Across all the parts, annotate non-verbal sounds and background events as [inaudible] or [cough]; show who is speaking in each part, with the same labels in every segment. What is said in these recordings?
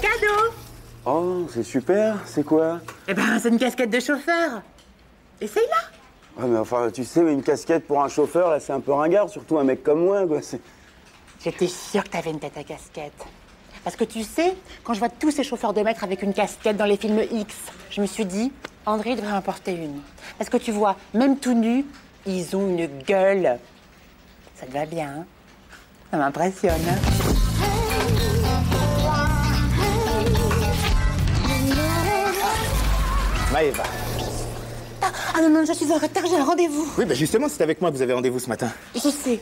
Speaker 1: Cadeau
Speaker 2: Oh, c'est super, c'est quoi
Speaker 1: Eh ben, c'est une casquette de chauffeur. Essaye-la.
Speaker 2: Ouais, mais enfin, tu sais, une casquette pour un chauffeur, là, c'est un peu ringard, surtout un mec comme moi, quoi. c'est-
Speaker 1: J'étais sûre que t'avais une tête à casquette. Parce que tu sais, quand je vois tous ces chauffeurs de maître avec une casquette dans les films X, je me suis dit, André devrait en porter une. Parce que tu vois, même tout nu, ils ont une gueule. Ça te va bien, hein Ça m'impressionne, hein
Speaker 3: Maëva.
Speaker 1: Ah non, non, je suis en retard, j'ai un rendez-vous.
Speaker 3: Oui, bah justement, c'est avec moi que vous avez rendez-vous ce matin.
Speaker 1: Je sais.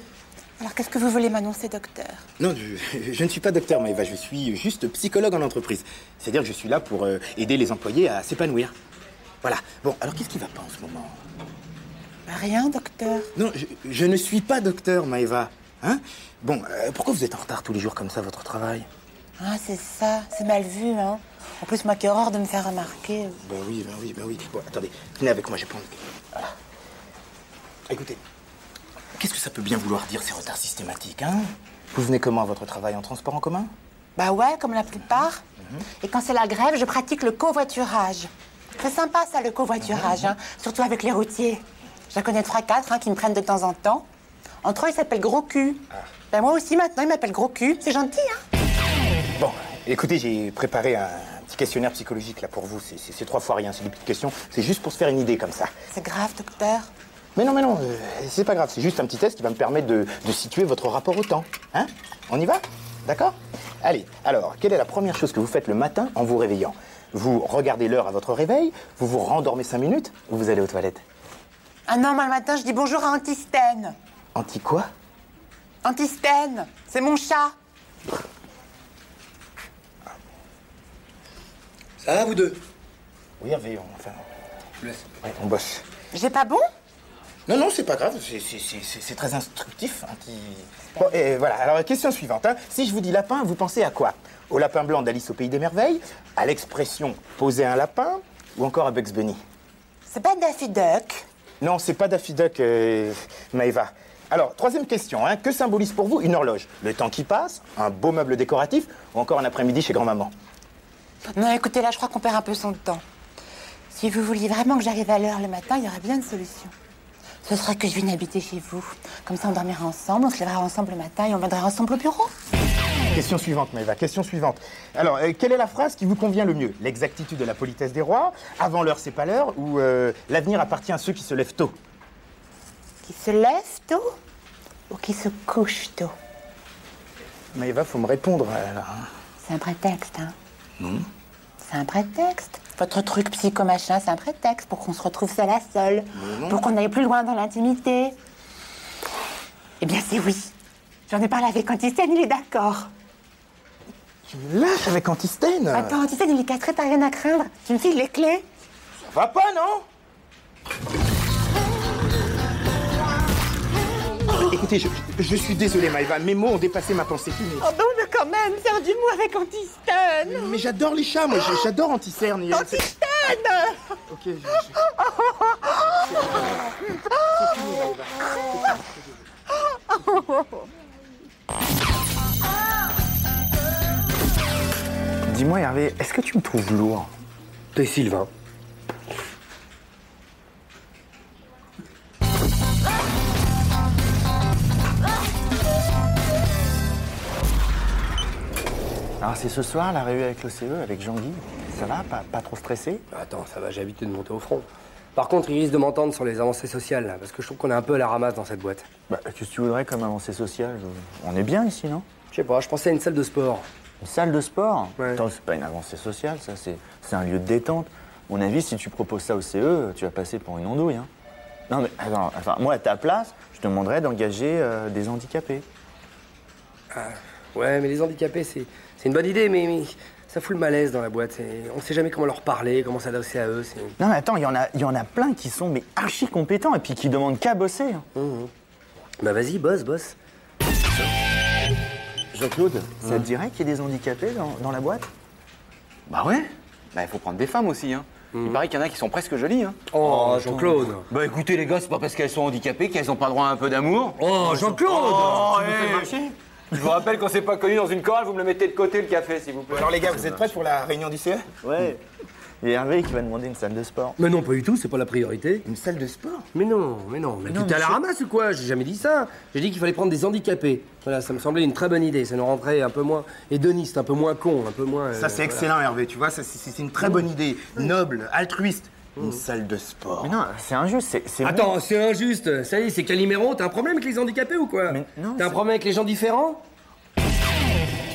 Speaker 1: Alors qu'est-ce que vous voulez m'annoncer, docteur
Speaker 3: Non, je, je ne suis pas docteur, Maëva, je suis juste psychologue en entreprise. C'est-à-dire que je suis là pour euh, aider les employés à s'épanouir. Voilà. Bon, alors qu'est-ce qui va pas en ce moment
Speaker 1: Bah, Rien, docteur.
Speaker 3: Non, je, je ne suis pas docteur, Maëva. Hein Bon, euh, pourquoi vous êtes en retard tous les jours comme ça à votre travail
Speaker 1: Ah, c'est ça, c'est mal vu, hein. En plus, moi qui ai horreur de me faire remarquer.
Speaker 3: Ben oui, ben oui, ben oui. Bon, attendez, venez avec moi, je prends. Voilà. Écoutez, qu'est-ce que ça peut bien vouloir dire ces retards systématiques, hein Vous venez comment à votre travail en transport en commun
Speaker 1: Bah ouais, comme la plupart. Et quand c'est la grève, je pratique le covoiturage. C'est sympa ça, le covoiturage, hein. surtout avec les routiers. J'en connais trois, quatre hein, qui me prennent de temps en temps. Entre eux, ils s'appellent Gros Cul. Bah moi aussi, maintenant, ils m'appellent Gros Cul. C'est gentil, hein
Speaker 3: Bon, écoutez, j'ai préparé un petit questionnaire psychologique là pour vous. C'est- C'est c'est trois fois rien, c'est des petites questions. C'est juste pour se faire une idée comme ça.
Speaker 1: C'est grave, docteur.
Speaker 3: Mais non, mais non, euh, c'est pas grave. C'est juste un petit test qui va me permettre de, de situer votre rapport au temps. Hein On y va D'accord Allez, alors, quelle est la première chose que vous faites le matin en vous réveillant Vous regardez l'heure à votre réveil, vous vous rendormez cinq minutes ou vous allez aux toilettes
Speaker 1: Ah non, moi, le matin, je dis bonjour à Antistène.
Speaker 3: Anti quoi
Speaker 1: Antistène, c'est mon chat.
Speaker 4: Ça va, vous deux
Speaker 3: Oui, réveillons, enfin. euh, Ouais, on bosse.
Speaker 1: J'ai pas bon
Speaker 3: Non, non, c'est pas grave, c'est- c'est- c'est c'est- c'est très instructif. hein, qui- Bon, et voilà, alors question suivante. hein. Si je vous dis lapin, vous pensez à quoi Au lapin blanc d'Alice au Pays des Merveilles À l'expression poser un lapin Ou encore à Bugs Bunny
Speaker 1: C'est pas Daffy Duck.
Speaker 3: Non, c'est pas Daffy Duck, euh, Maëva. Alors, troisième question, hein. que symbolise pour vous une horloge Le temps qui passe, un beau meuble décoratif ou encore un après-midi chez grand-maman
Speaker 1: Non, écoutez, là, je crois qu'on perd un peu son temps. Si vous vouliez vraiment que j'arrive à l'heure le matin, il y aurait bien une solution. Ce serait que je vienne habiter chez vous. Comme ça, on dormira ensemble, on se lèvera ensemble le matin et on viendra ensemble au bureau.
Speaker 3: Question suivante, Maëva, question suivante. Alors, euh, quelle est la phrase qui vous convient le mieux L'exactitude et la politesse des rois Avant l'heure, c'est pas l'heure Ou euh, l'avenir appartient à ceux qui se lèvent tôt
Speaker 1: Qui se lève tôt ou qui se couche tôt
Speaker 3: Maëva, faut me répondre. euh, là, hein.
Speaker 1: C'est un prétexte, hein C'est un prétexte. Votre truc psycho-machin, c'est un prétexte pour qu'on se retrouve seul à seul, pour qu'on aille plus loin dans l'intimité. Eh bien, c'est oui. J'en ai parlé avec Antisène, il est d'accord.
Speaker 3: Tu me lâches avec Antistène
Speaker 1: Attends, tu sais, il est castré, t'as rien à craindre. Tu me files les clés
Speaker 3: Va pas, non Écoutez, je, je suis désolé, Maëva, mes mots ont dépassé ma pensée. Mais,
Speaker 1: Oh non, mais quand même, sers du mot avec Antistone
Speaker 3: mais j'adore les chats, moi, je- j'adore Anticerne. et-
Speaker 1: Antistone
Speaker 3: Ok, je- je- Dis-moi, Hervé, est-ce que tu me trouves lourd
Speaker 4: T'es Sylvain.
Speaker 5: Ah,
Speaker 3: Alors, c'est ce soir la réunion avec
Speaker 5: E
Speaker 3: l'OCE, avec Jean-Guy. Ça va pas, pas trop stressé
Speaker 4: Attends, ça va, j'ai habitué de monter au front. Par contre, il risque de m'entendre sur les avancées sociales, là, parce que je trouve qu'on est un peu à la ramasse dans cette boîte.
Speaker 5: Bah, qu'est-ce que tu voudrais comme avancée sociale On est bien ici, non
Speaker 4: Je sais pas, je pensais à une salle de sport.
Speaker 5: Une salle de sport
Speaker 4: Ouais.
Speaker 5: Attends, c'est pas une avancée sociale, ça, c'est, c'est un lieu de détente. À mon avis, si tu proposes ça au CE, tu vas passer pour une andouille. hein. Non, mais attends, enfin, moi, à ta place, je demanderais d'engager euh, des handicapés.
Speaker 4: Ouais, mais les handicapés, c'est c'est une bonne idée, mais, mais ça fout le malaise dans la boîte. c'est- On ne sait jamais comment leur parler, comment s'adresser à eux. c'est-
Speaker 5: Non, mais attends, il y, en a- il y en a plein qui sont mais archi compétents et puis qui demandent qu'à bosser. hein.
Speaker 4: Mmh, Bah vas-y, bosse, bosse.
Speaker 5: Jean-Claude, ça te dirait qu'il y ait des handicapés dans, dans la boîte
Speaker 6: Bah ouais. Bah il faut prendre des femmes aussi. Hein.
Speaker 5: Mmh.
Speaker 6: Il paraît qu'il y en a qui sont presque jolies. Hein.
Speaker 4: Oh, Jean-Claude
Speaker 6: Bah écoutez les gars, c'est pas parce qu'elles sont handicapées qu'elles ont pas droit à un peu d'amour.
Speaker 4: Oh, Jean-Claude
Speaker 6: Je vous rappelle qu'on s'est pas connus dans une chorale, vous me le mettez de côté le café s'il vous plaît.
Speaker 3: Alors les gars, vous êtes prêts pour la réunion du E? CE
Speaker 5: Ouais. Et Hervé qui va demander une salle de sport.
Speaker 4: Mais non, pas du tout, c'est pas la priorité.
Speaker 3: Une salle de sport
Speaker 4: Mais non, mais non, mais tu t'es à la ramasse ou quoi J'ai jamais dit ça. J'ai dit qu'il fallait prendre des handicapés. Voilà, ça me semblait une très bonne idée. Ça nous rendrait un peu moins hédoniste, un peu moins con, un peu moins. euh,
Speaker 3: Ça, c'est excellent, Hervé, tu vois, ça, c'est c'est une très bonne idée, noble, altruiste. Une salle de sport.
Speaker 5: Mais non, c'est injuste, c'est- c'est.
Speaker 4: Attends, c'est injuste. Ça y est, c'est Calimero. T'as un problème avec les handicapés ou quoi
Speaker 5: Mais non,
Speaker 4: T'as un
Speaker 5: c'est-
Speaker 4: problème avec les gens différents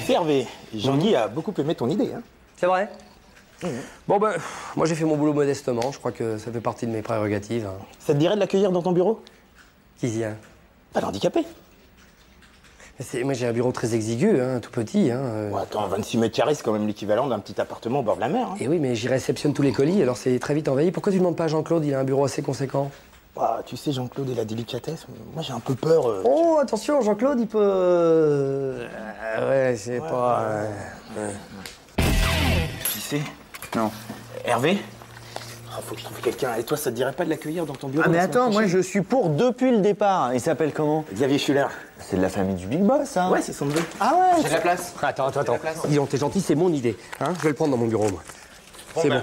Speaker 3: Hervé, Jean-Guy a beaucoup aimé ton idée. Hein.
Speaker 4: C'est vrai Bon ben, pff, moi j'ai fait mon boulot modestement. Je crois que ça fait partie de mes prérogatives. hein.
Speaker 3: Ça te dirait de l'accueillir dans ton bureau
Speaker 4: Qui vient
Speaker 3: Pas d'handicapé.
Speaker 4: C'est- Moi j'ai un bureau très exigu, hein, tout petit. hein, euh.
Speaker 3: Bon, attends, 26 mètres carrés, c'est quand même l'équivalent d'un petit appartement au bord de la mer. hein.
Speaker 4: Et oui, mais j'y réceptionne tous les colis, alors c'est très vite envahi. Pourquoi tu demandes pas à Jean-Claude Il a un bureau assez conséquent.
Speaker 3: Ouah, ah, tu sais, Jean-Claude et la délicatesse, moi j'ai un peu peur. euh,
Speaker 4: Oh, attention, Jean-Claude, il peut. Euh, Ouais, c'est pas. euh,
Speaker 3: Qui c'est
Speaker 5: Non.
Speaker 3: Hervé Ah, Faut que je trouve quelqu'un. Et toi, ça te dirait pas de l'accueillir dans ton bureau
Speaker 5: Ah, mais
Speaker 3: la semaine
Speaker 5: attends, moi
Speaker 3: prochaine
Speaker 5: je suis pour depuis le départ. Il s'appelle comment
Speaker 3: Xavier Schuller.
Speaker 5: C'est de la famille du Big Boss, hein
Speaker 3: Ouais, c'est son neveu.
Speaker 5: Ah ouais
Speaker 6: J'ai de la place.
Speaker 4: euh, Attends, attends, attends. Dis donc, t'es gentil, c'est mon idée. Hein je vais le prendre dans mon bureau, moi. c'est bon.
Speaker 3: ben,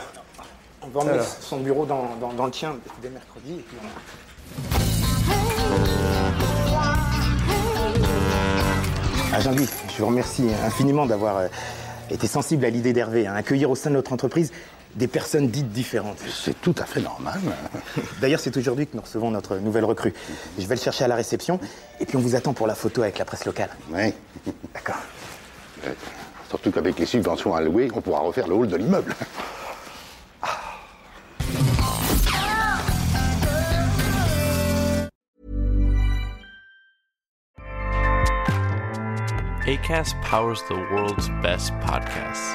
Speaker 3: On va emmener son bureau dans, dans- dans le tien dès mercredi. et puis on- Ah, Jean-Guy, je vous remercie infiniment d'avoir euh, été sensible à l'idée d'Hervé, hein, accueillir au sein de notre entreprise des personnes dites différentes.
Speaker 7: C'est tout à fait normal.
Speaker 3: [laughs] D'ailleurs, c'est aujourd'hui que nous recevons notre nouvelle recrue. Je vais le chercher à la réception et puis on vous attend pour la photo avec la presse locale.
Speaker 7: Oui.
Speaker 3: D'accord.
Speaker 7: Surtout qu'avec les subventions allouées, on pourra refaire le hall de l'immeuble.
Speaker 8: ACAST powers the world's best podcasts.